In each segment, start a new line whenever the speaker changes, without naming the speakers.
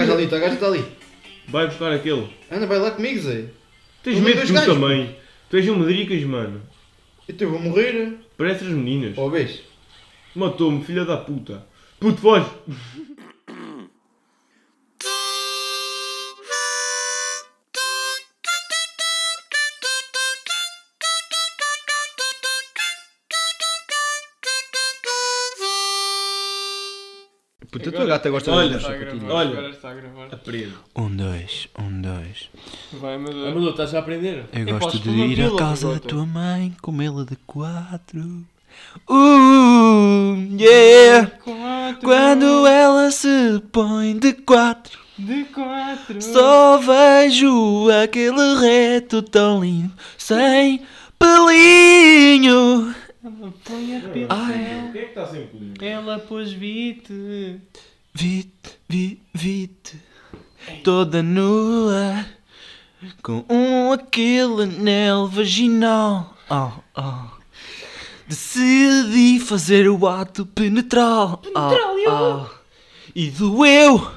gajo ali, está, a gaja está ali.
Vai buscar aquele.
Anda, vai lá comigo, Zé.
Tens
Também
medo
dois
tu
gajos.
também. Tu és um medricas, mano.
Então eu vou morrer.
Parece as meninas.
Ó, vês?
Matou-me, filha da puta. Puto, foge.
Puta, a tua gata gosta
Olha,
de
Está
Está a
olhos.
gravar,
Olha.
agora está a gravar.
Aprende.
Um, dois, um, dois.
Vai,
Ah,
Amador.
Amador, estás a aprender?
Eu
Eu
gosto
posso
de
pôr uma
ir à
pílula,
casa da
gota.
tua mãe, comê-la de quatro. Uh, yeah!
Quatro.
Quando ela se põe de quatro,
De quatro.
só vejo aquele reto tão lindo, sem pelinho.
Ela põe a pita.
Ai.
Quem é que está sempre comigo?
Ela pôs vite.
Vite, vi, vite, toda nua, com um aquele anel vaginal. Oh, oh. Decidi fazer o ato penetral. Penetral, oh, oh. E doeu,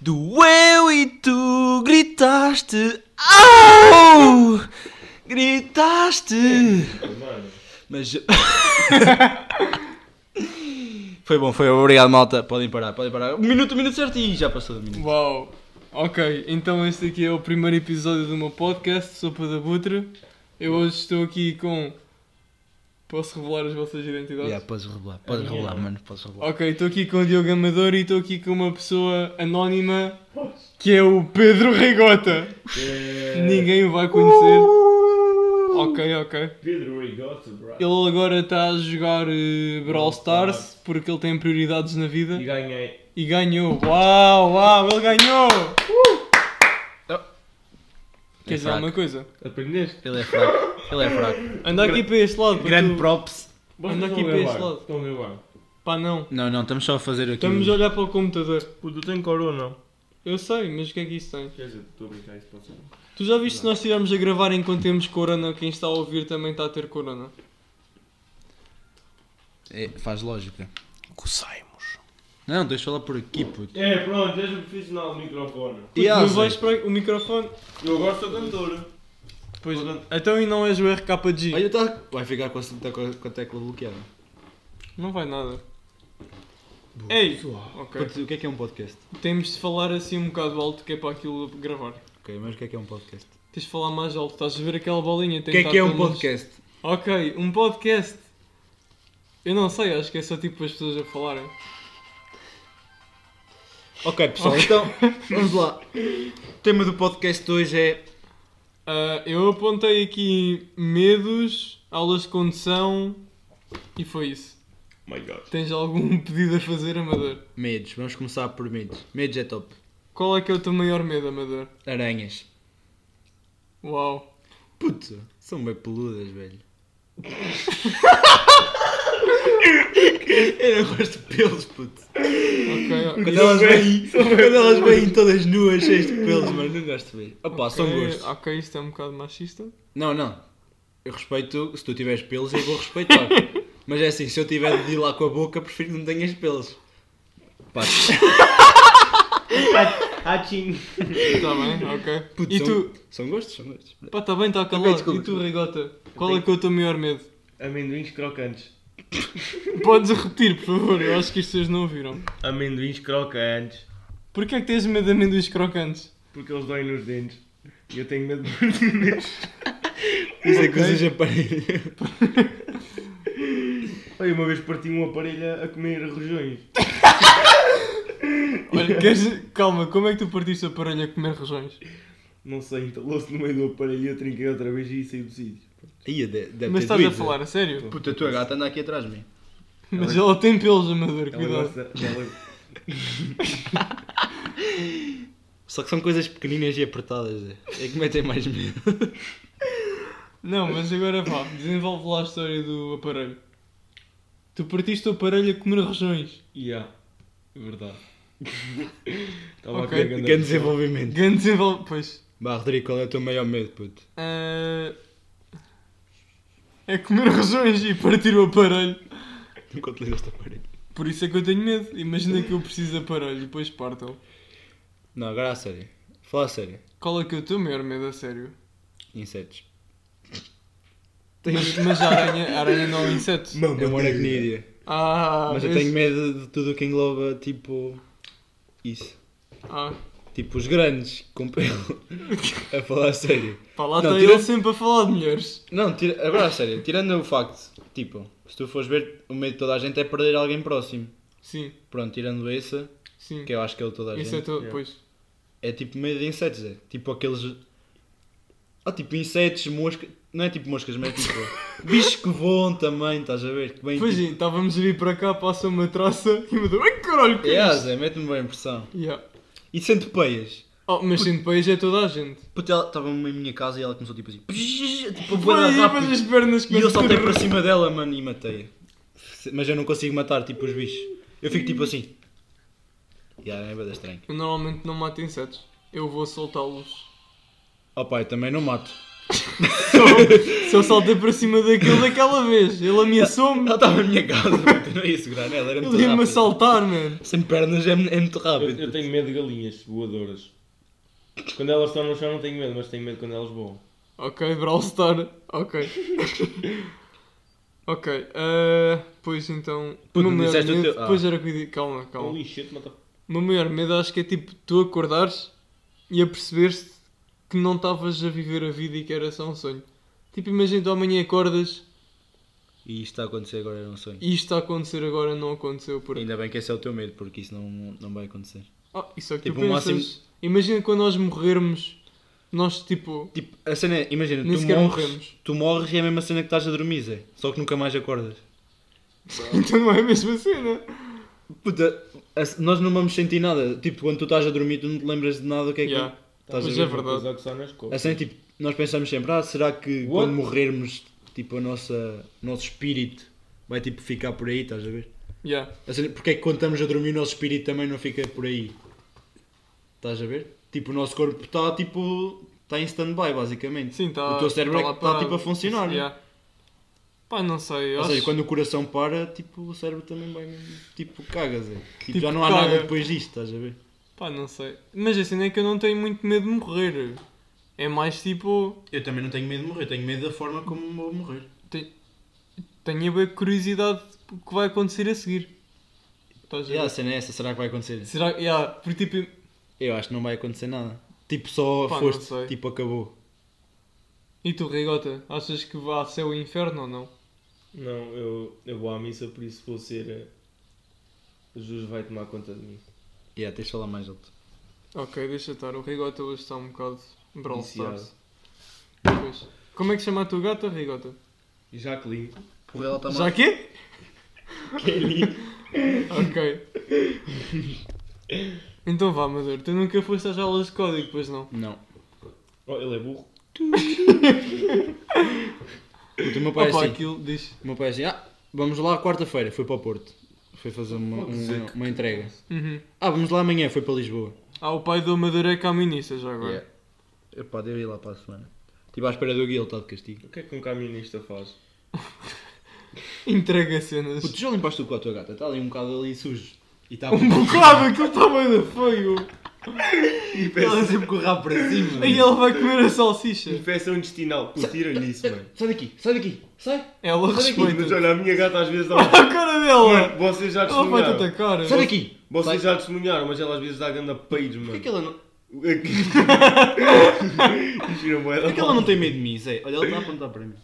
doeu e tu gritaste. Au! Gritaste.
Mano.
Mas. foi bom, foi. Obrigado, malta. Podem parar, podem parar. Um minuto, um minuto certinho. Já passou do minuto.
Uau! Ok, então este aqui é o primeiro episódio do meu podcast, Sopa da Butre. Eu hoje estou aqui com. Posso revelar as vossas identidades?
Yeah, podes revelar, podes revelar, mano. Podes revelar.
Ok, estou aqui com o Diogo Amador e estou aqui com uma pessoa anónima que é o Pedro Rigota.
É.
Ninguém o vai conhecer. Ok, ok.
Pedro Rigotta, bro.
Ele agora está a jogar eh, Brawl Stars porque ele tem prioridades na vida
E ganhei.
e ganhou. Uau, uau, ele ganhou! Quer dizer
fraco.
alguma coisa?
Aprendeste?
Ele é fraco, ele é fraco.
Anda aqui para este lado. para tu-
props.
Vocês
Anda
estão
aqui
a
para
gravar?
este lado.
Estão a gravar.
Pá, não.
Não, não, estamos só a fazer aqui. um-
Estamos a olhar para o computador.
Puto, eu tenho corona.
Eu sei, mas o que é que isso tem?
Quer dizer, estou a brincar isso pode ser.
Tu já viste se nós estivermos a gravar enquanto temos corona, quem está a ouvir também está a ter corona?
É, faz lógica. Não, deixa eu lá por aqui, puto.
É, pronto, és um profissional do microfone.
Puto,
E
não
Alzheimer?
vais para o microfone?
Eu agora sou cantor.
Pois Então e não és o RKG?
Olha, tá... vai ficar com a, tá com a- com a tecla bloqueada.
Não vai nada. Ei! Ok.
Puto, o que é que é um podcast?
Temos de falar assim um bocado alto que é para aquilo gravar.
Ok, mas o que é que é um podcast?
Tens de falar mais alto, estás a ver aquela bolinha?
O que é que é um podcast?
Ok, um podcast. Eu não sei, acho que é só tipo as pessoas a falarem.
Ok, pessoal, então vamos lá. O tema do podcast de hoje é.
Ah, eu apontei aqui medos, aulas de condução e foi isso.
My god.
Tens algum pedido a fazer, Amador?
Medos, vamos começar por medos. Medos é top.
Qual é que é o teu maior medo, Amador?
Aranhas.
Uau.
Puto, são bem peludas, velho. Eu não gosto de pelos, puto.
Ok, ok.
Quando elas vêm, quando elas vêm todas nuas, cheias de pelos, mano, não gosto de ver. Opa, são
Ok,
gostos.
Ok, isto é um bocado machista.
Não, não. Eu respeito, se tu tiveres pelos, eu vou respeitar. Mas é assim, se eu tiver de ir lá com a boca, prefiro que não tenhas pelos. Pá,
Hachin.
Está Tá bem, ok.
puto,
e
são-
tu?
são gostos, são gostos.
Pá, está bem, está
Ok,
calado.
desculpa,
e tu,
desculpa.
Rigota? Qual é que é o teu maior medo?
Amendoins crocantes.
Podes repetir, por favor. Eu acho que as pessoas não ouviram.
Amendoins crocantes.
Porquê é que tens medo de amendoins crocantes?
Porque eles doem nos dentes. E eu tenho medo de perder dentes.
Isso é coisas de aparelho.
Olha, uma vez parti um aparelho a comer rojões.
Olha, queres... Calma, como é que tu partiste o aparelho a comer rojões?
É,
Não sei, entalou-se no meio do aparelho e eu trinquei outra vez e saí do sítio.
Ia, de- deve ter
Mas estás a
doído. é.
falar, a sério?
Puta, a tua gata anda aqui atrás de mim.
Mas ela tem pelos, Amador,
Ela
cuidado.
gosta. Ela...
Só que são coisas pequeninas e apertadas, é, é que metem mais medo.
Não, mas agora vá, desenvolve lá a história do aparelho. Tu partiste o aparelho a comer rojões.
Yeah. É verdade. Estava
Ok.
a querer
Grande desenvolvimento.
Grande desenvolve... Pois.
Bah, Rodrigo, qual é o teu maior medo, puto?
ah, É comer rojões e partir o aparelho.
Nunca utilizas este aparelho.
Por isso é que eu tenho medo. Imagina que eu preciso de aparelho e depois partam.
Não, agora a sério. Fala a sério.
Qual é que é o teu maior medo a sério?
Insetos.
Mas, mas a aranha, a aranha não é um inseto.
Eu moro aracnídea.
Ah,
Mas eu
vês?
tenho medo de tudo o que engloba, tipo... Isso.
Ah,
Tipo, os grandes, com pelo. a falar a sério.
pá, lá
Não,
está
tira-
ele sempre a falar de mulheres.
Não, tira- agora a sério. Tirando o facto, tipo, se tu fores ver, o medo de toda a gente é perder alguém próximo.
Sim,
Pronto, tirando esse,
sim.
que eu acho que é o de toda a
Isso
gente.
é todo,
Yeah.
pois.
É tipo medo de insetos, é. Tipo aqueles. Ah, tipo insetos, moscas. Não é tipo moscas, mas é tipo. bichos que voam também, estás a ver? Que bem.
Pois
tipo...
é, estávamos a vir para cá, passa uma traça e me deu. Ai caralho, que é
Yeah,
isto?
Zé, mete-me bem a impressão.
Yeah.
E centopeias.
Oh, mas sendo país é toda a gente.
Puta, ela estava em minha casa e ela começou tipo assim. Tipo, a
Foi
voar
aí, depois
rápido.
as pernas
E eu saltei
começam
para cima dela, mano, e matei-a. Mas eu não consigo matar, tipo, os bichos. Eu fico tipo assim. Yeah, é bada estranho.
a- Eu normalmente não mato insetos. Eu vou soltá-los.
Oh pai, também não mato.
Só- Só saltei para cima daquele daquela vez. Ele ameaçou-me.
Ela estava na minha casa, puta, não ia segurar nela, era muito
Ele ia-me
rápido.
assaltar, mano.
Sem pernas é, é muito
Eu,
rápido.
eu tenho medo de galinhas voadoras. Quando elas estão no chão não tenho medo, mas tenho medo quando elas voam.
Ok, Brawl Star. Ok. ok. ah, pois então.
Puto,
o meu
me
maior
disseste o
medo.
teu- ah.
Pois era que eu di- Calma, calma.
Holy shit, mata...
O meu maior medo acho que é tipo tu acordares e aperceberes-te que não estavas a viver a vida e que era só um sonho. Tipo, imagina tu amanhã acordas
E isto está a acontecer agora, era um sonho.
e isto está a acontecer agora, não aconteceu por
Ainda bem que esse é o teu medo, porque isso não, não vai acontecer.
Ah, isso é que
Tipo,
tu
o
pensas.
máximo-
Imagina quando nós morrermos, nós tipo.
Tipo, a cena é, imagina,
Nem
tu
sequer
morres,
morremos.
tu morres e é a mesma cena que estás a dormir, Zé. Só que nunca mais acordas.
então não é a mesma cena.
Puta, a- nós não vamos sentir nada. Tipo, quando tu estás a dormir, tu não te lembras de nada o que é que.
Yeah.
Estás a
Pois
ver?
é verdade.
Coisa que só nas costas.
Assim, tipo, nós pensamos sempre, ah, será que
What?
quando morrermos, tipo, a nossa, o nosso espírito vai, tipo, ficar por aí, estás a ver?
Yeah.
Assim, porque é que quando estamos a dormir, o nosso espírito também não fica por aí? Estás a ver? Tipo, o nosso corpo está, tipo, está em stand-by, basicamente.
Sim, tá,
o teu cérebro
tá
é
lá
que está,
parado.
tipo, a funcionar. né?
Yeah. Pá, não sei. eu
Ou
acho...
seja, quando o coração para, tipo, o cérebro também vai, tipo, cagas, é. Tipo,
Tipo,
já não há
caga.
nada depois disto, estás a ver?
Pá, não sei. Mas assim é que eu não tenho muito medo de morrer. É mais tipo.
Eu também não tenho medo de morrer, tenho medo da forma como vou morrer.
Te- Tenho a ver curiosidade do que vai acontecer a seguir. Estás a ver?
Yeah, a cena é essa, será que vai acontecer?
Será que. Yeah, porque tipo.
Eu acho que não vai acontecer nada. Tipo, só
Pá, não sei.
foste, tipo, acabou.
E tu, Rigota, achas que vá ao céu e inferno ou não?
Não, eu, eu vou à missa, por isso vou ser... eh, Jesus vai tomar conta de mim.
Yeah, tens de falar mais alto.
Ok, deixa estar. O Rigota hoje está um bocado. Brawl
Viciado.
Stars. Pois. Como é que chama a tua gata, Rigota?
E Jacqueline.
Por ela está
Já quê? ok. Então vá, Amador, tu nunca foste às aulas de código, pois não?
Não.
Oh, ele é burro.
Puta, O meu pai é
Opa,
assim.
aquilo diz.
O meu pai é assim, ah, vamos lá quarta-feira, foi para o Porto. Foi fazer uma,
Pode dizer
uma,
que-
uma entrega.
Uhum.
Ah, vamos lá amanhã, foi para Lisboa.
Ah, o pai do Amador é caminista já agora.
Yeah. Epá, devo ir lá para a semana. Estive à espera do Gui, ele está de castigo.
O que é que um camionista faz?
Entrega cenas.
Puto, já limpaste tu com a tua gata? Está ali um bocado ali sujo. E tá está
Um bocado, aquilo está bem feio.
ela sempre com o rabo para cima.
Aí ele vai comer a salsicha.
Infecção intestinal. um Pô, Tira-lhe isso, mano.
Sai daqui, sai daqui, sai,
Ela
Mas
É, respeita.
olha, a minha gata às vezes dá
Olha
uma...
a cara dela.
Mano, vocês já
Ela vai-te
testemunharam.
atacar.
sai daqui. Sai.
Vocês já testemunharam, mas ela às vezes dá ganda peido,
Porquê
mano.
que ela não...
Gira moeda.
Porquê que ela não tem medo de mim, Zé? Olha, ela está a apontar para mim.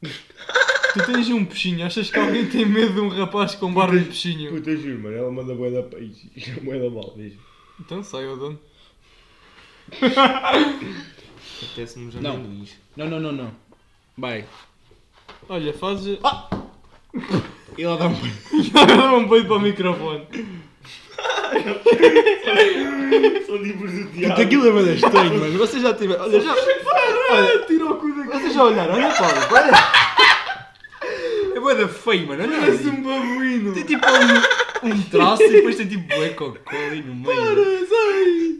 Tu tens um peixinho. Achas que alguém tem medo de um rapaz com barba de peixinho?
Puta, juro, mano. Ela manda moeda peido. Gira moeda mal, mesmo.
Então sai, ô dono.
Apetece-nos
Não. Não, não, não, não. Vai.
Olha, fazes.
E ela dá um...
Dá um beijo para o microfone.
São livros do
Puta,
diabo.
aquilo é bem estranho, mano. Vocês já tiveram... Olha, já...
Olha, tira é, o cu daqui.
Vocês já olharam, olha Paulo, olha. É bué da feio, mano, olha
Parece
ali.
um babuíno.
Tem tipo
é
um, um traço e depois tem tipo bué cocô ali no meio.
Sai.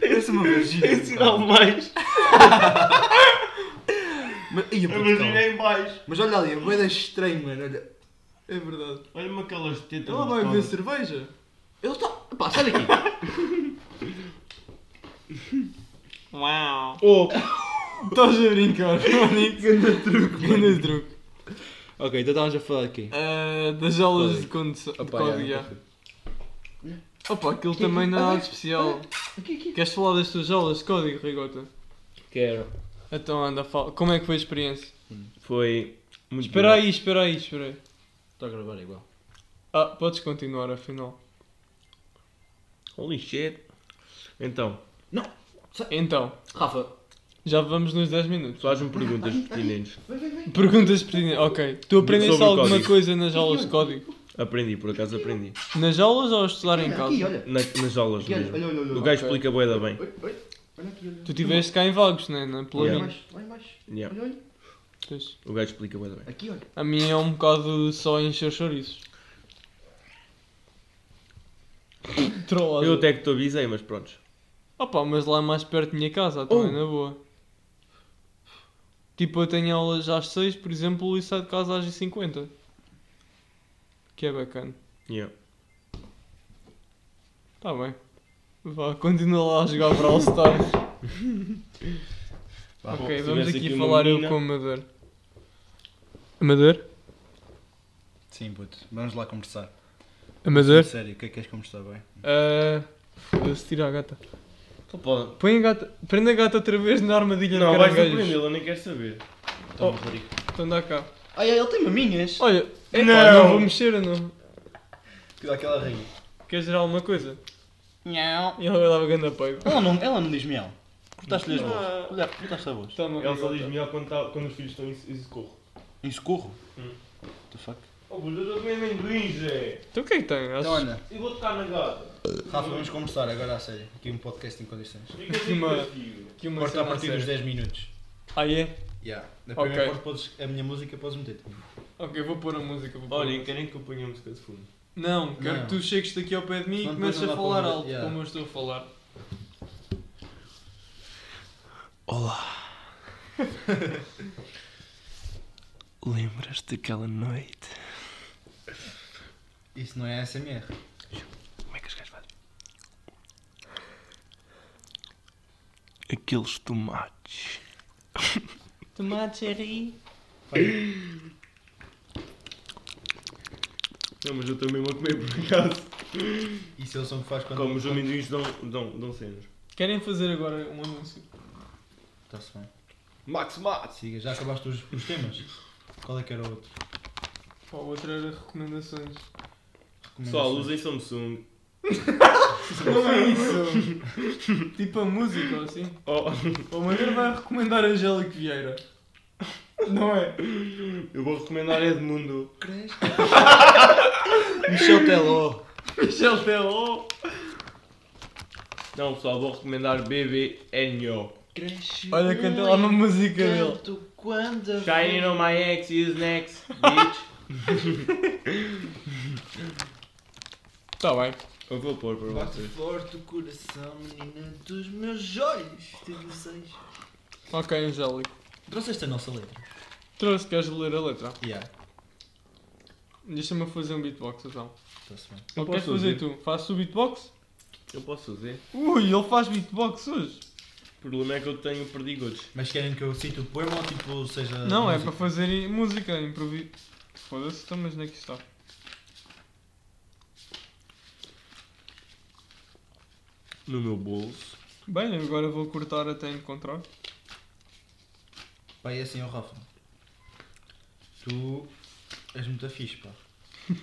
Parece uma vagina.
É sinal de mais.
Mas, ia,
A
puto,
vagina
calma.
é em baixo.
Mas olha ali, é bué da estranho, mano, olha.
É verdade.
Olha-me aquelas tetas.
Ela vai beber cerveja?
Ele está... Pá, sai daqui.
Uau!
Oh,
Estás a brincar, Mónico? Grande truque. Grande truque.
ok, então estávamos a falar aqui.
Ah, das aulas de condução. De
Opa,
código,
já,
já. Opa, aquilo também não é nada de especial.
é
Queres falar das tuas aulas de código, Rigota?
quero.
Então anda, fala. Como é que foi a experiência?
Foi muito
Espera
bom.
aí, espera aí, espera aí.
Estou Tá a gravar igual.
Ah, podes continuar, afinal.
Holy shit. Então,
Então,
Rafa,
já vamos nos 10 minutos.
faz-me perguntas pertinentes.
Vem, vem, vem.
Perguntas pertinentes. Ok. Tu aprendeste
sobre o
alguma
código.
coisa nas aulas de código?
Aprendi, por acaso aprendi.
Nas aulas ou a estudar em
Aqui,
casa?
olha.
Na- nas aulas
Aqui, olha,
mesmo.
olha, olha, olha.
O gajo
Ok.
explica bué da bem.
Oi, oi. Olha aqui, olha.
Tu estiveste cá em Vagos, né? Na
Lá em
Pelourinha.
baixo, lá em baixo.
Yeah,
Olha, olha.
Pois.
O gajo explica bué da bem.
Aqui, olha.
A minha é um bocado só encher chouriços. Trollado.
Eu até que te avisei, mas pronto.
Opa, mas lá mais perto da minha casa,
Oh.
também na boa. Tipo, eu tenho aulas às 6, por exemplo, e saio de casa às 50. Que é bacana.
Yeah.
Tá bem. Vá, continua lá a jogar Brawl Stars. ok,
se
vamos
tivesse
aqui,
aqui uma
falar eu
menina-
com o Amador. Amador?
Sim, puto. Vamos lá conversar.
Amador?
Sério, o que é que queres conversar bem?
Ah, Foda-se, tira a gata.
Então, pode-
Põe a gata. Prende a gata outra vez na armadilha
Não,
de
vais
caranguejos.
aprendê-la, nem quero saber.
Então,
Oh.
Rodrigo.
Então dá cá.
Ai, ai, ele tem maminhas.
Olha, epá,
Não.
não vou mexer, eu não.
Cuidado que ela ri.
Queres dizer alguma coisa?
Não.
E ela dava grande apoio.
Ela não, ela não diz miau. Cortaste-lhe as bolas. Olha, cortaste a voz.
Toma,
Ela só diz
Rigota.
melhor quando, tá- quando os filhos estão em, em socorro.
Em socorro?
Hum.
What the fuck?
Oh, Bruno, eu estou a comer amendoins, é.
Então o que é que tem? Achas-
Então, olha,
Eu vou tocar na gata.
Rafa, vamos conversar agora a sério. Aqui um podcast em condições.
Fica
Que
assim
uma-
castigo.
que uma
Corta a
cena
partir
séria.
dos 10 minutos.
Ah, é?
Yeah. Na
Ok.
primeira parte podes, a minha música podes meter. tipo,
Ok, vou pôr a música. Vou pôr a
Olhem,
música.
querem que eu ponha a música de fundo?
Não, quero
Não.
que tu chegues daqui ao pé de mim
Não,
e comeces
depois não
a
dá para
falar
ouvir.
alto,
Yeah.
como eu estou a falar.
Lembras-te daquela noite?
Isso não é ASMR.
Como é que os gajos fazem? Aqueles tomates.
Tomate cherry.
Não, mas eu estou mesmo a comer por acaso.
Isso é o som que faz quando.
Como os amendoins dão, dão, dão cenas.
Querem fazer agora um anúncio?
Está-se bem.
Max Max!
Siga, já acabaste os, os temas? Qual é que era o outro?
Pá, outra era recomendações.
Pessoal, usem Samsung.
Não é isso! tipo a música ou assim.
Oh,
O Madeira vai recomendar a Angélica Vieira. Não é?
eu vou recomendar Edmundo.
Michel Teló.
Michel Teló.
Não, pessoal, vou recomendar BBNO.
Cresce.
Olha, canta lá uma música dele.
Canto quando a
Shining on my ex is next, bitch.
Tá bem.
Eu vou pôr para
Bate
vocês.
flor do coração, menina dos meus olhos. Tenho seis.
Ok, Angélica.
Trouxeste a nossa letra?
Trouxe, queres ler a letra?
Yeah.
Deixa-me fazer um beatbox então.
Está-se bem.
Ou
Eu
queres
posso
fazer
fazer?
tu? Fazes tu beatbox?
Eu posso fazer.
Ui, ele faz beatbox hoje.
O problema é que eu tenho perdigotes.
Mas querem que eu cite o poema ou tipo
Ah.
seja.
não, é
música?
para fazer i- música, improviso. Foda-se, então, mas onde é que está?
No meu bolso.
Bem, agora vou cortar até encontrar.
Pá, é assim, ó Rafa. Tu és muito fixe, pá.
Está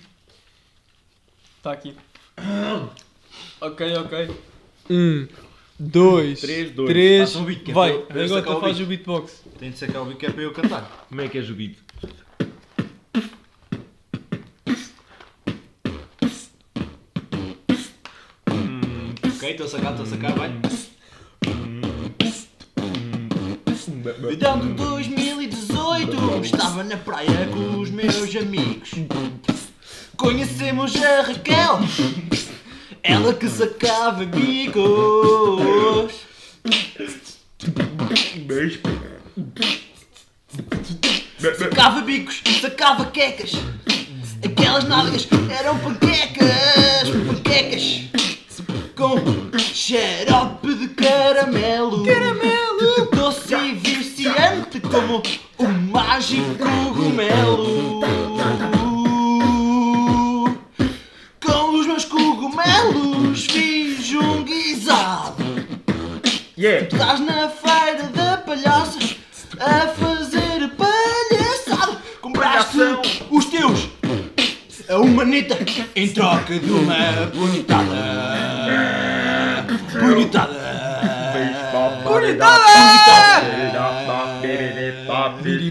Tá aqui. ok, ok. Um, dois,
Três, dois.
três.
Faça um beat, que é
Vai,
para eu- para eu
agora
sacar
tu
o
faz o beatbox.
Tem de sacar o bico que é para eu cantar.
Como é que és o beat?
Ok, estou a sacar, estou a sacar, vai.
Hum.
Verão de 2018 Estava na praia com os meus amigos Conhecemos a Raquel Ela que sacava bicos Sacava bicos, sacava quecas Aquelas nádegas eram panquecas Panquecas
Xarope de caramelo. Caramelo. Doce e viciante como o mágico cogumelo. Com os meus cogumelos fiz um guisado.
Yeah!
Tu estás na feira da palhaça a fazer palhaçada. Compraste os teus a uma neta em troca de uma bonitada. Bonitada.
Ah!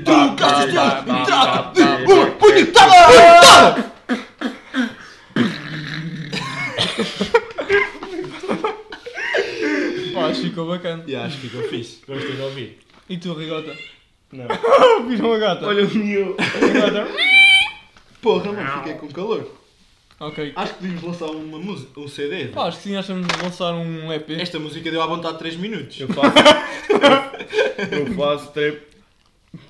Tu gastas os teus em troca de uma bonitada.
Pá, acho que ficou bacana.
Yeah, acho que ficou fixe.
Gostas de ouvir?
E tu, Rigota?
Não.
Viram a gata?
Olha o meu!
Porra, mano, fiquei com calor.
Ok.
Acho que devíamos lançar uma música, um CD.
Pá, acho que sim, achamos de lançar um EP.
Esta música deu à vontade 3 minutos.
Eu faço. eu faço trap.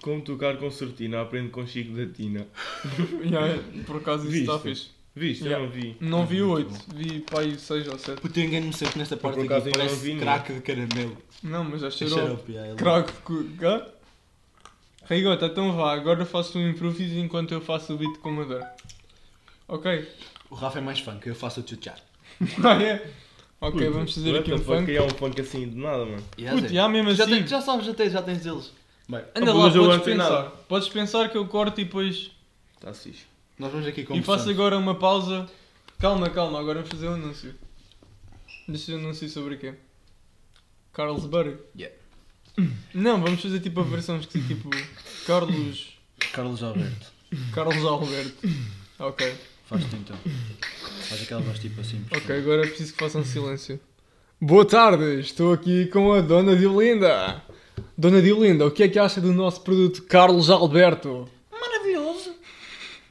Como tocar concertina, aprendo com Chico da Tina.
Yeah, por acaso isso está
Viste?
fixe.
Viste?
Yeah.
Eu não vi.
Não vi o 8, vi pá, aí 6 ou 7.
Puta, eu engano-me sempre nesta parte
por
aqui.
acaso ainda não vi,
Parece
não.
craque de caramelo.
Não, mas já cheirou.
Xarope, yeah, ele-
Crack de cu. Hã? Rigota, então vá, agora faço um improviso enquanto eu faço o beat com Madara. Ok?
O Rafa é mais funk, eu faço o tchutchar.
Ah, é? Ok,
Puta,
vamos fazer
what
aqui
the
um
fuck,
funk.
criar um funk assim de nada, mano.
Yeah,
Puta,
Zé.
já mesmo
é já,
assim.
tens- já sabes, já tens, já tens deles. Bem,
Anda
Ah,
lá,
mas eu
podes
antes
pensar.
nada.
Podes pensar que eu corto e depois.
Está Tá fixe.
nós vamos aqui
E faço
conversando.
agora uma pausa. Calma, calma, agora vamos fazer um anúncio. Deixa eu um anúncio sobre o quê? Carlsberg.
Yeah.
Não, vamos fazer tipo a versão esquisita, tipo Carlos.
Carlos Alberto,
Carlos Alberto. Ok,
faz-te então. Faz aquela voz tipo assim. por
ok,
favor.
agora é preciso que façam silêncio. Boa tarde, estou aqui com a Dona Diolinda. Dona Diolinda, o que é que acha do nosso produto Carlos Alberto?
Maravilhoso.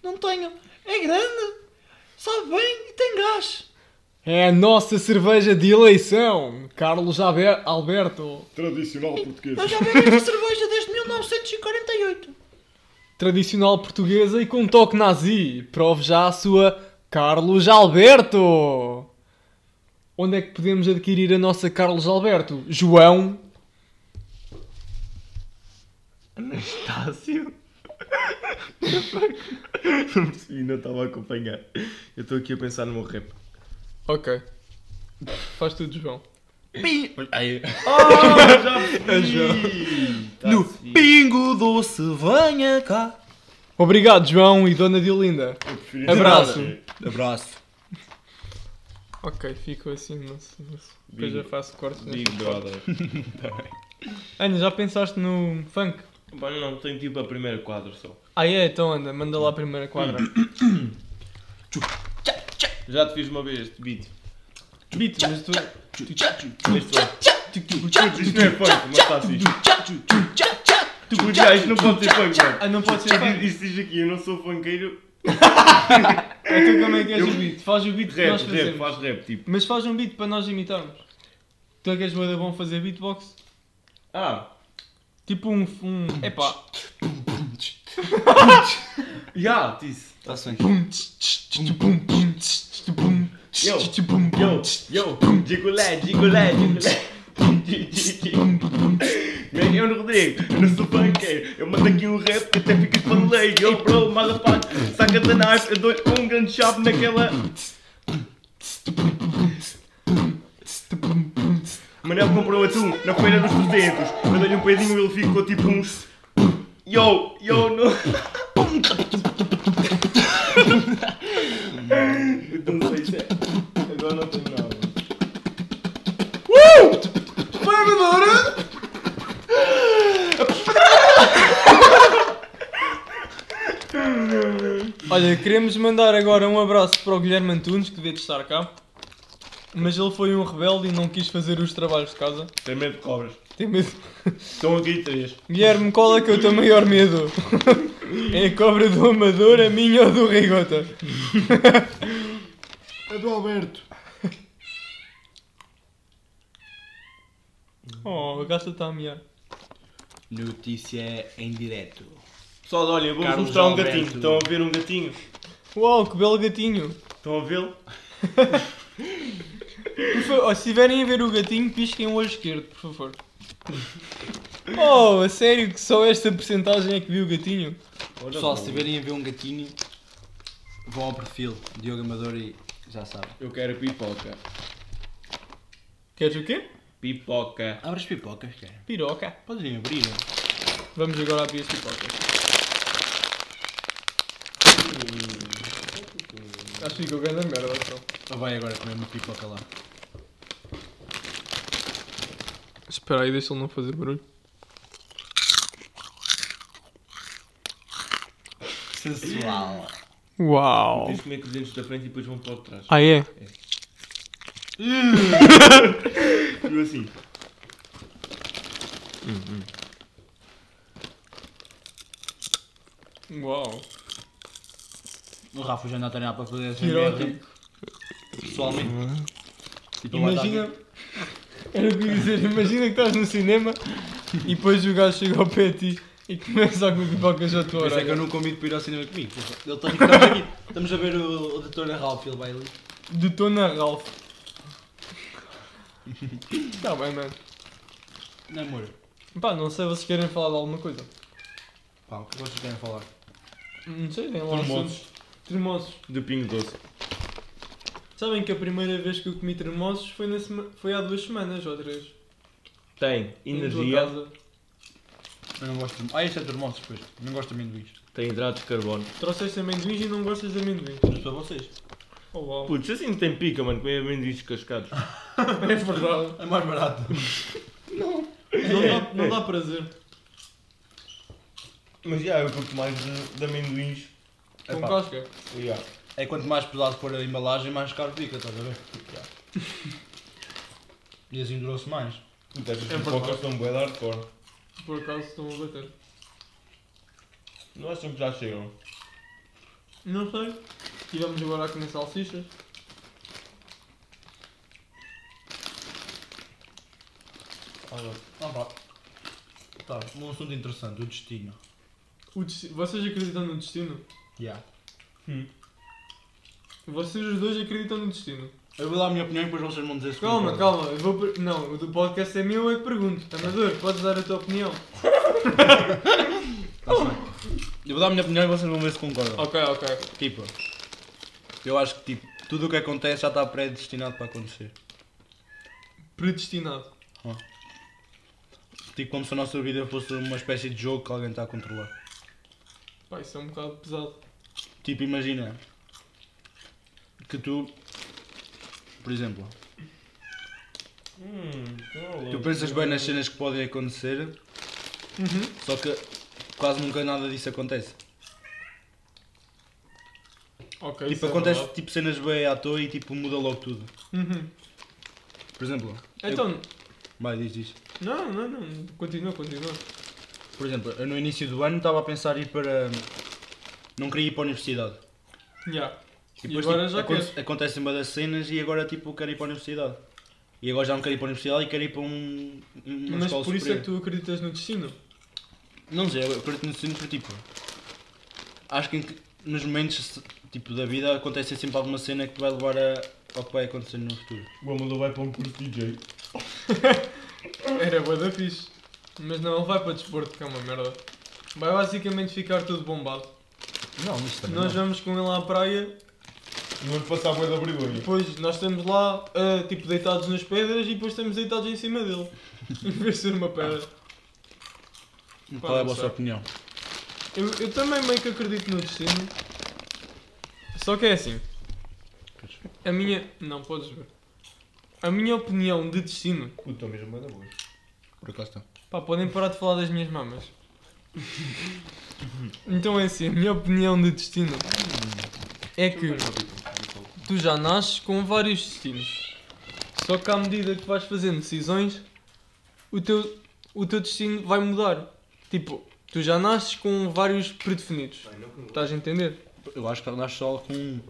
Não tenho. É grande. Sabe bem e tem gás.
É a nossa cerveja de eleição, Carlos Alber- Alberto.
Tradicional português.
Eu já bebo esta cerveja desde 1948.
tradicional portuguesa e com toque nazi. Prove já a sua Carlos Alberto. Onde é que podemos adquirir a nossa Carlos Alberto? João?
Tá Anastácio? não percebi, não estava a acompanhar. Eu estou aqui a pensar no meu rap.
Ok. Faz tudo, João.
Pi- Aí.
Oh, já percebi! Tá
No
fixe.
pingo doce, venha cá.
Obrigado, João e Dona Diolinda.
Eu prefiro
Abraço.
nada.
Abraço.
Ok, fico assim, não sei. não sei. Depois
Big-
já faço cortes. nesta
Big
parte.
Brother.
Ana, já pensaste no funk?
Pá, não, tenho tipo a primeira quadra só.
Ah, é? Então anda, manda lá a primeira quadra.
Hum. Já te fiz uma vez este beat.
Beat, mas tu.
Isto é- isto não é funk, mas está fixe. Tu podia, isto não pode ser funk, mano.
Ah, não pode ser funk.
Isto diz aqui, eu não sou funkeiro.
Então como é que és
Eu-
o beat? Faz o beat que
Rap,
nós
rap,
fazemos.
faz rap, tipo.
Mas faz um beat para nós imitarmos. Tu é que és bué da bom fazer beatbox?
Ah,
Tipo um. um epá.
já, disse.
Está bem.
Yo, yo, yo, jigulé, jigulé, jigulé. Mariano Rodrigues, eu não sou funkeiro. Eu mando aqui um rap que até ficas paneleiro. Yo, bro, motherfucker, saca da knife. Eu dou-lhe um grande chave naquela. Manel comprou um atum na feira dos 300. Eu dei-lhe um pezinho e ele ficou tipo uns. Yo, yo, não. Eu não sei se é. Agora não tenho nada.
Olha, queremos mandar agora um abraço para o Guilherme Antunes, que devia de estar cá. Mas ele foi um rebelde e não quis fazer os trabalhos de casa.
Tem medo de cobras.
Tem medo.
Estão aqui três.
Guilherme, qual é que é o teu maior medo? É a cobra do Amador, a minha ou do Rigota?
É do Alberto.
Oh, a gata está a miar.
Notícia em direto.
Pessoal, olhem, vou-vos
Carlos
mostrar um
Alberto.
gatinho. Estão a ver um gatinho?
Uau, que belo gatinho!
Estão a vê-lo?
Por favor, ó, se estiverem a ver o gatinho, pisquem o olho esquerdo, por favor. Oh, a sério que só esta porcentagem é que viu o gatinho?
Pessoal, se tiverem a ver um gatinho, vão ao perfil Diogo Amador e já sabem.
Eu quero pipoca.
Queres o quê?
Pipoca.
Abre as pipocas, é. cara.
Piroca.
Podem abrir.
é
ó.
Vamos agora abrir as pipocas. Acho que ficou grande merda, só.
Ou vai agora comer uma pipoca lá.
Espera aí, deixa ele não fazer barulho.
Sensual.
Uau!
Tens de comer com é os dentes da frente e depois vão para o de trás.
Ah é?
Eu assim.
Uau!
O Rafa já não tem nada para fazer. essa merda.
Pirótico.
Pessoalmente. Tipo, lá está-
Imagina. Era o que eu ia dizer, imagina que estás no cinema e depois o gajo chega ao pé de ti e começa a comer pipocas à tua
Por isso é que eu
hora.
não convido para ir ao cinema comigo. Ele está estamos aqui. Estamos a ver o, o Dr. Ralph, ele vai ali.
Detona Ralph. Tá bem, mano.
Não, amor.
Pá, não sei, vocês querem falar de alguma coisa?
Pá, o que vocês querem falar?
Não sei, tem lá um
Tremosos.
assuntos. Tremosos.
Do pingo doce.
Sabem que a primeira vez que eu comi tremosos foi, na sema- foi há duas semanas ou três.
Tem
Em
energia,
tua casa.
Eu não gosto de... Ah, este é termoços, pois. Não gosto de amendoins.
tem hidratos de carbono.
Trouxeste amendoins e não gostas de amendoins.
Mas para vocês.
Oh, uau.
Putz, assim não tem pica, mano, comer amendoins cascados.
É verdade.
É mais barato.
Não dá, não dá prazer.
Mas já, eu curto mais de, de amendoins.
Com
Epá.
casca.
Já.
É quanto mais pesado for a embalagem, mais caro fica, estás a ver? E assim durou-se mais.
Puta, estas
É
pipocas
verdade.
estão bué de hardcore.
Por acaso estão a bater.
Não acham que já chegam?
Não sei. Tivemos agora a comer salsichas.
Olha, ah, pá. Tá, um assunto interessante, o destino.
O desti- Vocês acreditam no destino? Hum.
Yeah.
Vocês os dois acreditam no destino.
Eu vou dar a minha opinião e depois vocês vão dizer se
Calma,
concordam.
calma. Eu vou per- Não, o do podcast é meu, eu é que pergunto. Amador, podes dar a tua opinião.
Tá-se bem. Eu vou dar a minha opinião e vocês vão ver se concordam.
Ok, ok.
Tipo, eu acho que tipo, tudo o que acontece já está predestinado para acontecer.
Predestinado.
Tipo, como se a nossa vida fosse uma espécie de jogo que alguém está a controlar.
Pá, isso é um bocado pesado.
Tipo, imagina que tu, por exemplo,
Hum,
tu pensas bem nas cenas que podem acontecer,
Uhum.
só que quase nunca nada disso acontece.
Ok,
tipo,
isso é
acontece
verdade.
tipo cenas bem à toa e tipo muda logo tudo.
Uhum.
Por exemplo, eu-
Então,
vai, diz, diz.
não, não, não. Continua, continua.
Por exemplo, eu no início do ano estava a pensar em ir para. Não queria ir para a universidade.
Já.
E,
agora
tipo,
já
aconte-
queres.
acontecem uma das cenas e agora tipo quero ir para a universidade. E agora já não quero ir para a universidade e quero ir para um. uma
Mas
escola
por isso é
superior.
que tu acreditas no destino.
Não sei, eu acredito no destino porque, tipo, acho que em que- nos momentos tipo, da vida acontece sempre alguma cena que te vai levar a, ao que vai acontecer no futuro.
O Amador vai para um curso de DJ.
Era boa da fixe. Mas não, ele vai para desporto, que é uma merda. Vai basicamente ficar tudo bombado.
Não, isto
Nós vamos com ele à praia,
E vamos passar a boia da vergonha.
depois nós estamos lá, ah, tipo, deitados nas pedras e depois estamos deitados em cima dele. em vez de ser uma pedra.
Qual é a
Pá, não
vossa
sei.
opinião?
Eu, eu também meio que acredito no destino. Só que é assim. A minha. Não, podes ver. A minha opinião de destino.
Puta, estou mesmo bué da boa.
Por acaso está.
Pá, podem parar de falar das minhas mamas. Então é assim, a minha opinião de destino é que
tipo,
tu já nasces com vários destinos. Só que à medida que vais fazendo decisões, o teu, o teu destino vai mudar. Tipo, tu já nasces com vários predefinidos. Estás a entender?
Eu acho que nasce só com um.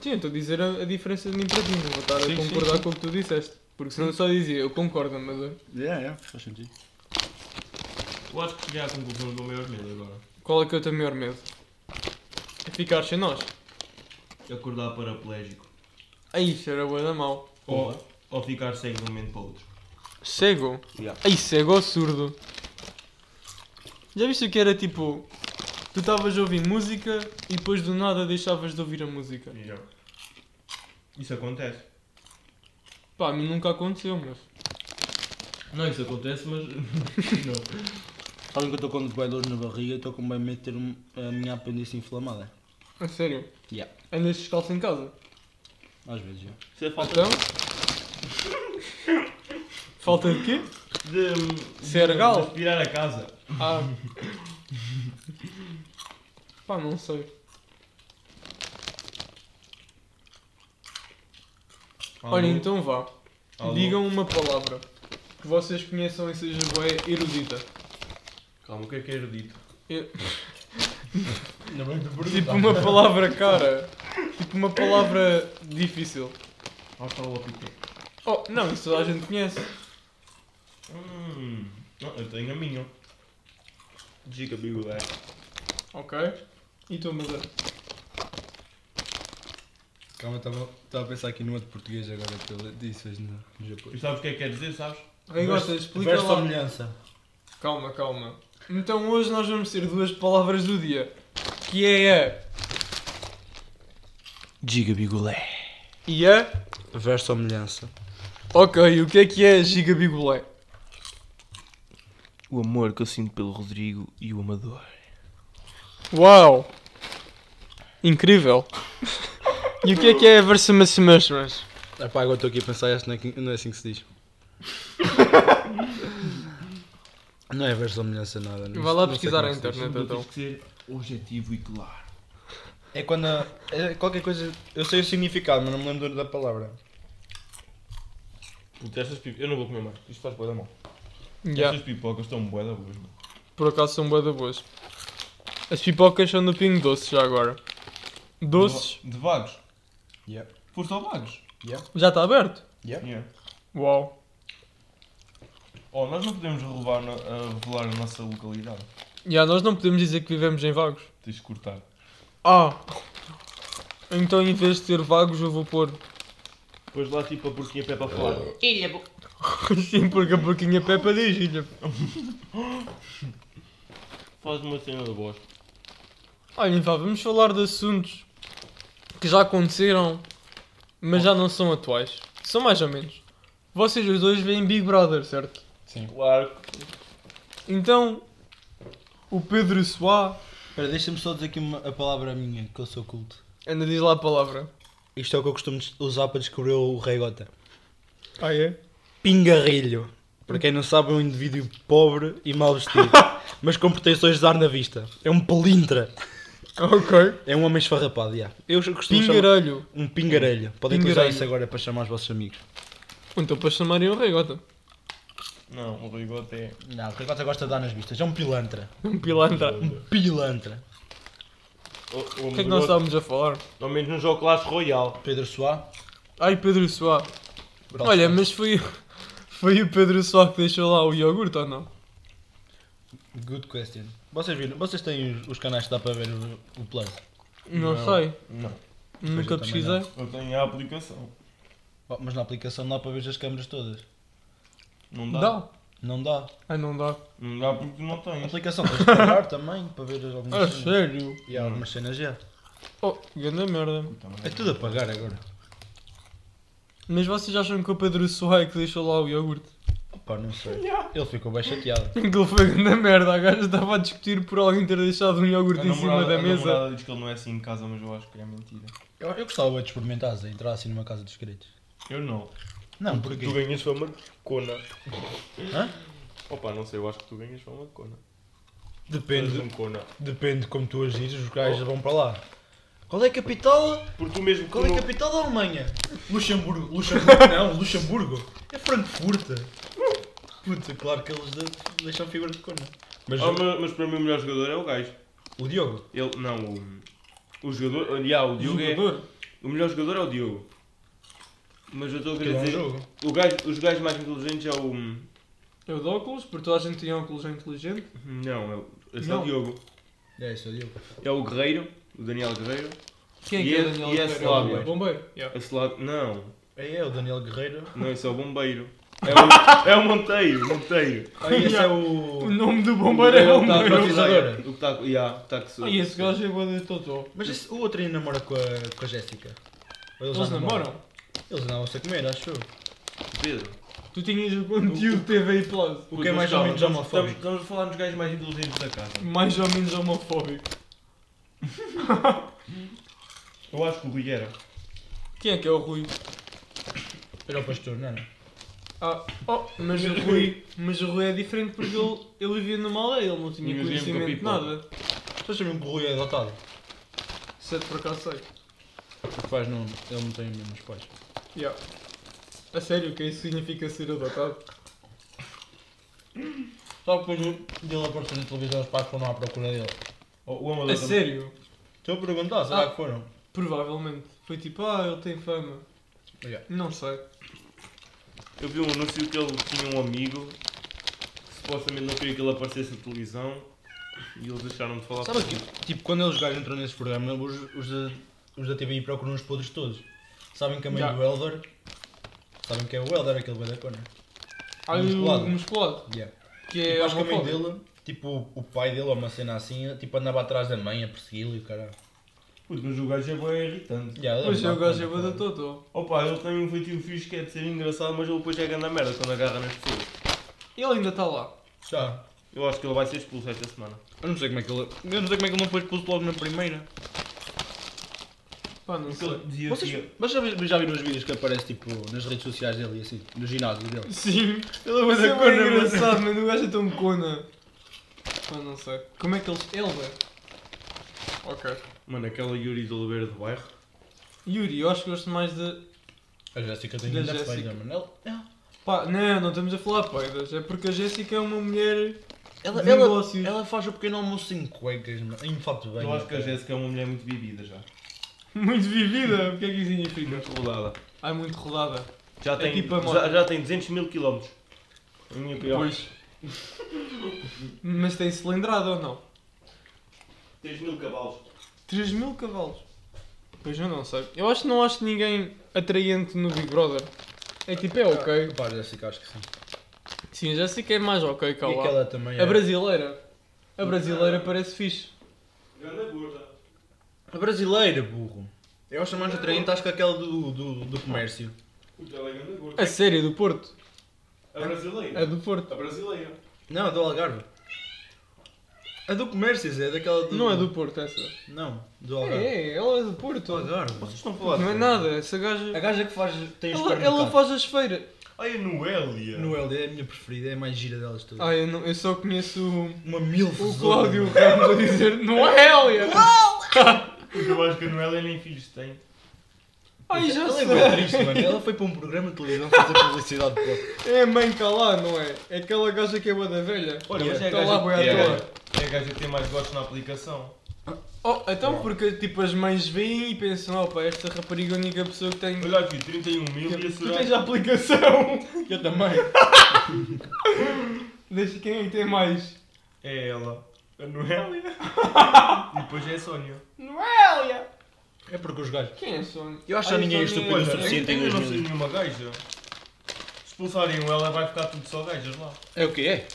Sim, eu estou a dizer a, a diferença de mim para ti, não vou estar a
Sim, sim,
concordar com o que tu disseste. Porque senão eu só dizia, eu concordo, mas eh,
É, é, faz sentido.
Eu acho que cheguei à conclusão do maior medo agora.
qual é que é o teu maior medo? É ficar sem nós.
Acordar paraplégico.
Aí, isso era boa da mal.
Ou, ou ficar cego de um momento para o outro.
Cego?
Yeah.
Ai, cego ou surdo? Já viste o que era tipo. Tu estavas a ouvir música e depois do nada deixavas de ouvir a música.
Já. Isso acontece.
Pá, a mim nunca aconteceu, mas.
Não, isso acontece, mas. não.
Sabem que eu estou com bué dores na barriga e estou com bem medo de ter um- a minha apêndice inflamada.
A sério.
Yeah.
Andas descalço em casa?
Às vezes, já.
Isso é falta
Então? Falta de quê?
de.
Sergal?
de aspirar a casa.
Ah. Pá, não sei. Olha,
Alô?
então vá.
Alô?
Digam uma palavra que vocês conheçam e seja boa erudita.
Calma, o que é que é erudito?
Eu-
Ainda bem que perguntaste.
Tipo uma palavra cara. Tipo uma palavra difícil.
Australopithecus.
Oh, não, isso toda a gente conhece.
Hum, não, eu tenho a minha. Diga bigulé.
Ok? E tu, mas eh,
Calma, estava a pensar aqui no outro português agora que eu disse hoje no, no
Tu
Japão.
sabes o que é que quer dizer, sabes?
Quem gosta, explica
Verso
lá.
semelhança.
Calma, calma. Então hoje nós vamos ter duas palavras do dia. Que é a
Giga bigolé.
e a.
Verso semelhança.
Ok, o que é que é a gigabigolé?
O amor que eu sinto pelo Rodrigo e o Amador.
Uau! Incrível! E o que é que é a versamassamas?
Epá, agora estou aqui a pensar, acho que não é, que- não é assim que se diz. não é verso semelhança nada. não-
Vai lá
não sei
pesquisar
como
na
é que se diz.
internet então.
que ser objetivo e claro.
É quando. a- é qualquer coisa. Eu sei o significado, mas não me lembro da palavra.
Puta, estas pipocas. Eu não vou comer mais. Isto faz boa da mão.
Yeah,
Estas pipocas estão boa da boas, mano.
por acaso são bué da boas. As pipocas são do Pingo Doce já agora. Doces?
De, de vagos.
Yeah.
Foste ao vagos.
Já está aberto?
Yeah.
Uau!
Oh, nós não podemos revelar, no- a revelar a nossa localidade.
Já nós não podemos dizer que vivemos em vagos.
Tens de cortar.
Ah! Então em vez de ter vagos eu vou pôr
Depois lá tipo a porquinha pé para fora.
Sim, assim, porque a porquinha Peppa diz ilha.
Faz uma cena de voz.
Olhem, vá, vamos falar de assuntos que já aconteceram, mas já não são atuais. São mais ou menos. Vocês os dois veem Big Brother, certo?
Claro.
Então, o Pedro Soá,
Espera, deixa-me só dizer aqui uma- a palavra minha, que eu sou culto.
ainda diz lá a palavra.
Isto é o que eu costumo des- usar para descobrir o rei gota.
Ah, é?
Pingarrilho. Para quem não sabe, é um indivíduo pobre e mal vestido, mas com pretensões de ar na vista. É um palindra.
Ok.
É um homem esfarrapado, já. Eu costumo chamar...
Pingarelho.
Um pingarelho. Podem
Pingarelho.
usar isso agora para chamar os vossos amigos.
Então, para chamarem o regota.
Não, o Rigote é.
Não, o rei gota gosta de dar nas vistas. É um pilantra.
Um pilantra.
Um pilantra.
O,
O que é que nós estávamos a falar?
Ao menos no jogo Clash Royale.
Pedro Soá.
Ai, Pedro Soá. Olha, mas foi, foi o Pedro Soá que deixou lá o iogurte ou não?
Good question. Vocês viram? Vocês têm os, os canais que dá para ver o, o Plus?
Não,
Não.
sei.
Não.
Nunca
eu também
pesquisei.
Eu tenho a aplicação.
Oh, Mas na aplicação não dá para ver as câmeras todas.
Não dá.
Dá.
Não dá.
Ai, não dá.
Não dá porque não
A
tens.
aplicação tens de pagar também para ver as algumas
Ah,
cenas.
sério?
E há algumas cenas já.
Oh, grande merda.
É tudo a pagar agora.
Mas vocês acham que o Pedro Soá é que deixou lá o iogurte?
Pá, não sei. Ele ficou bem chateado.
Aquilo foi grande merda. A gaja estava a discutir por alguém ter deixado um iogurte em cima da
A
mesa.
namorada diz que ele não é assim em casa, mas eu acho que é mentira.
Eu, eu gostava bué de experimentar e entrar assim numa casa dos queridos.
Eu não.
Não, porque
Tu ganhas fama de cona.
Hã?
Opa, não sei, eu acho que tu ganhas fama de cona. Tu és
depende,
um cona.
depende como tu agires, os gajos vão para lá. Qual é a capital?
Porque tu mesmo
Qual
tu
é a
não-
capital da Alemanha? Luxemburgo. Luxemburgo não, Luxemburgo. É Frankfurt. Puta, claro que eles de- deixam fibra de cona. Mas
Ah, mas, mas para mim o melhor jogador é o gajo.
o, o Diogo?
Ele, não, o, o jogador, ah, yeah, o Diogo é,
Jogador?
o melhor jogador é o Diogo. Mas eu estou a
Aquilo
querer
é um
dizer,
jogo.
o gajo, os gajos mais inteligentes é o,
É o de óculos, porque toda a gente tem óculos é inteligente.
não, é o, esse é
Não.
o Diogo.
É isso, é o Diogo.
É o Guerreiro, o Daniel Guerreiro.
Quem é
E
que é
é-
o Daniel
e é
Oliveira?
Slábio.
O bombeiro. Yeah.
Esse lado, não,
É, é o Daniel Guerreiro.
Não, isso é o bombeiro. É o, é o Monteiro, Monteiro.
Ah, esse é o.
O nome do
É
bombeirão,
o tá-
meu.
Batizadora.
O que está. Yeah, tá que se-
Ai, esse gajo é boa de Totó.
Mas esse- o outro ainda namora com a, com a Jéssica. Ou
Eles namoram?
Eles andavam-se a comer, acho eu.
Pedro.
Tu tinhas o conteúdo TV e Plus.
O que é mais ou menos
Estamos,
homofóbico?
estamos a falar dos gajos mais inteligentes da casa.
Mais ou menos homofóbico.
Eu acho que o Rui era.
Quem é que é o Rui?
Era o pastor, não era?
Ah, oh, mas o Rui, mas o Rui é diferente porque ele, ele vivia numa aldeia, ele não tinha
Tinha
conhecimento de
tempo com a
nada.
Estás sabiam que o Rui é adotado?
Sete por acaso sei.
Os pais não. Ele não tem mesmo os pais.
Yeah. A sério, o que é isso significa ser adotado?
Só que depois o- dele aparecer na televisão, os pais foram à procura dele.
O, o amador
A
também.
sério?
Estou a perguntar, será
Ah.
que foram?
Provavelmente. Foi tipo, ah, ele tem fama.
Yeah.
Não sei.
Eu vi um anúncio que ele tinha um amigo que supostamente não queria que ele aparecesse na televisão e eles deixaram de falar
Sabe
com ele.
que, tipo, quando eles gajos entram nesse programa, os, os, da, os da TVI procuram os podres todos. Sabem que a mãe
Já.
do Elder. Sabem que é o Elder, aquele bem da cona.
Há
Musculado.
o Um musculado,
Yeah.
que
Eu
é
acho que a mãe
homofóbico.
dele, tipo, o pai dele, ou uma cena assim, tipo, andava atrás da mãe a persegui-lo e o caralho.
Putz, mas o gajo é bem irritante.
Yeah, ele
Mas
era
eu
mau,
gosto
cara.
é da Totó.
Opa, ele tem um feitiço fixe que é de ser engraçado, mas ele depois é grande merda quando agarra nas pessoas.
Ele ainda está lá.
Já.
Eu acho que ele vai ser expulso esta semana.
Eu não sei como é que ele. Eu não sei como é que ele não foi expulso logo na primeira.
Pá, não
Porque
sei.
ele dizia
Vocês,
que.
mas já, vi- já viram os vídeos que aparecem tipo nas redes sociais dele e assim, no ginásio dele?
Sim.
Ele
Mas é bem engraçado, mano. O gajo é tão cona. Pá, não sei. Como é que eles. Elder. Ok.
Mano, aquela Yuri de Oliveira do bairro.
Yuri, eu acho que gosto mais de.
A Jéssica tem
Da
ainda
Jéssica.
feia, mano. Ela, ela,
Pá, não, não estamos a falar de peidas. É porque a Jéssica é uma mulher.
ela,
De negócios.
ela, faz o pequeno almoço em cuecas, mano. Em fato bem.
Eu acho que a Jéssica é uma mulher muito bebida já.
Muito vivida. O que é que isso significa?
Muito rodada.
Ai, muito rodada.
Já
É
tem,
tipo a moto.
já, já tem 200 mil quilómetros. A minha pior.
Pois. Mas tem cilindrada ou não?
3 mil cavalos.
3 mil cavalos. Pois eu não sei. Eu acho que não acho ninguém atraente no Big Brother. É tipo, é ok.
Pá, a Jéssica, acho que sim.
Sim, a Jéssica é mais ok que a
E
lá.
aquela também. é-
A brasileira. A brasileira parece fixe.
Grande gorda.
a brasileira, burro. Eu acho mais atraente, acho que aquela do, do, do comércio.
Puta, ela é grande gorda.
A série do Porto.
A brasileira.
A do Porto.
brasileira.
Não, a do Algarve. A do comércio, Zé, daquela do.
Não é do Porto essa.
Não, do
É,
Algarve.
é, ela é do Porto.
Do Algarve.
estão a falar
Não é nada, essa
A
gaja. é
gaja que é faz. Tem os
Ela, ela faz as feiras.
Ai, a Noélia.
No LD é a minha preferida, é a mais gira delas todas.
Ai, Ah, eu, não- eu só conheço o,
Uma mil
o Cláudio Ramos a dizer não é Hélia.
Porque eu acho que a Noélia nem filhos tem.
Ai, já
ela é bem
sei.
triste, mano. Ela foi para um programa de televisão fazer publicidade para
É a mãe cá lá, não é? É aquela gaja que é boa da velha.
Olha,
mas é
Está lá boi à
é, a
toa.
gaja- é a gaja que tem mais votos na aplicação.
Oh, então porque tipo as mães vêm e pensam, opa, esta rapariga é a única pessoa que tem.
Olha aqui, 31 mil e a
Tu
Soraya.
tens a aplicação!
Eu também.
Deixa quem é que tem mais.
É ela. A Noélia. e depois é a Sónia.
Não é Hélia!
É porque os gajos.
Quem é Sónia?
Eu acho que
Ai,
ninguém é
Sónia-
estúpido o
Olha,
suficiente. Sim, tem
ainda
dois
não
mil.
sei nenhuma gaja. Se expulsarem o ela vai ficar tudo só gajas lá.
É o que é?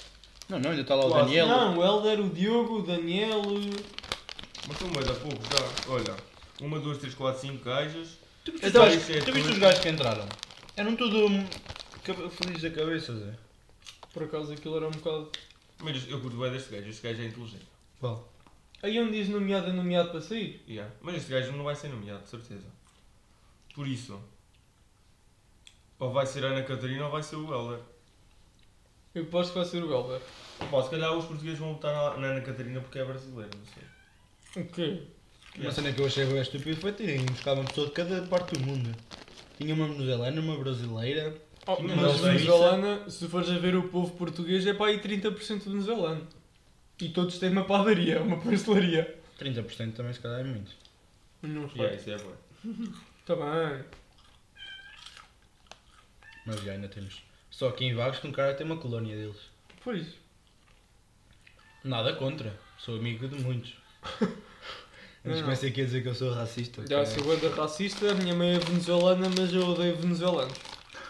Não, não, ainda está lá o
Claro.
Daniel.
Não, o Helder, o Diogo, o Daniel. o-
Mas são bué da pouco já. Olha, uma, duas, três, quatro, cinco gajas.
Tu viste, os
Então,
gajos,
isto é
tu viste
tudo.
os gajos que entraram? Eram tudo hum, cab- felizes da cabeça, Zé.
Por acaso aquilo era um bocado.
Mas eu curto bem deste gajo, este gajo é inteligente.
Qual?
Aí onde diz nomeado é nomeado para sair?
Yeah. Mas este gajo não vai ser nomeado, de certeza. Por isso, ou vai ser a Ana Catarina ou vai ser o Helder.
Eu posso que vai ser o Helder.
Pá, se calhar os portugueses vão votar na- na Ana Catarina porque é brasileira, não sei.
O quê?
Uma cena que eu achei bem estúpido foi terem buscado uma pessoa de cada parte do mundo. Tinha uma venezuelana, uma brasileira.
Oh,
Tinha
mas
uma
venezuelana, se fores a ver o povo português, é para aí 30% venezuelano. E todos têm uma padaria, uma pastelaria.
30% também, se calhar, é muito.
Não
Yeah,
sei.
isso é bom.
Está bem.
Mas já ainda temos. Só aqui em Vagos que um cara tem uma colónia deles.
Pois.
Nada contra. Sou amigo de muitos. Mas comecei aqui a dizer que é eu sou racista.
Já sou banda racista, minha mãe é venezuelana, mas eu odeio venezuelanos.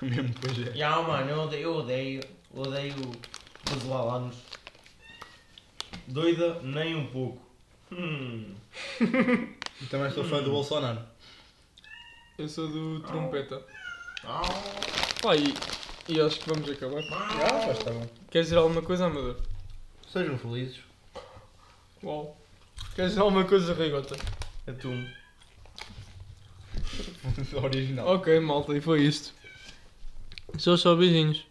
Mesmo pois é.
Já, mano, eu odeio, eu odeio, odeio venezuelanos. Doida nem um pouco. Hum.
E também sou fã do Bolsonaro.
Eu sou do trompeta. Pá, e, e acho que vamos acabar.
Ah, já está bom.
Queres dizer alguma coisa, Amador?
Sejam felizes.
Uau. Queres dizer alguma coisa, Rigota?
Atum.
Original.
Ok, malta, e foi isto. Só só beijinhos.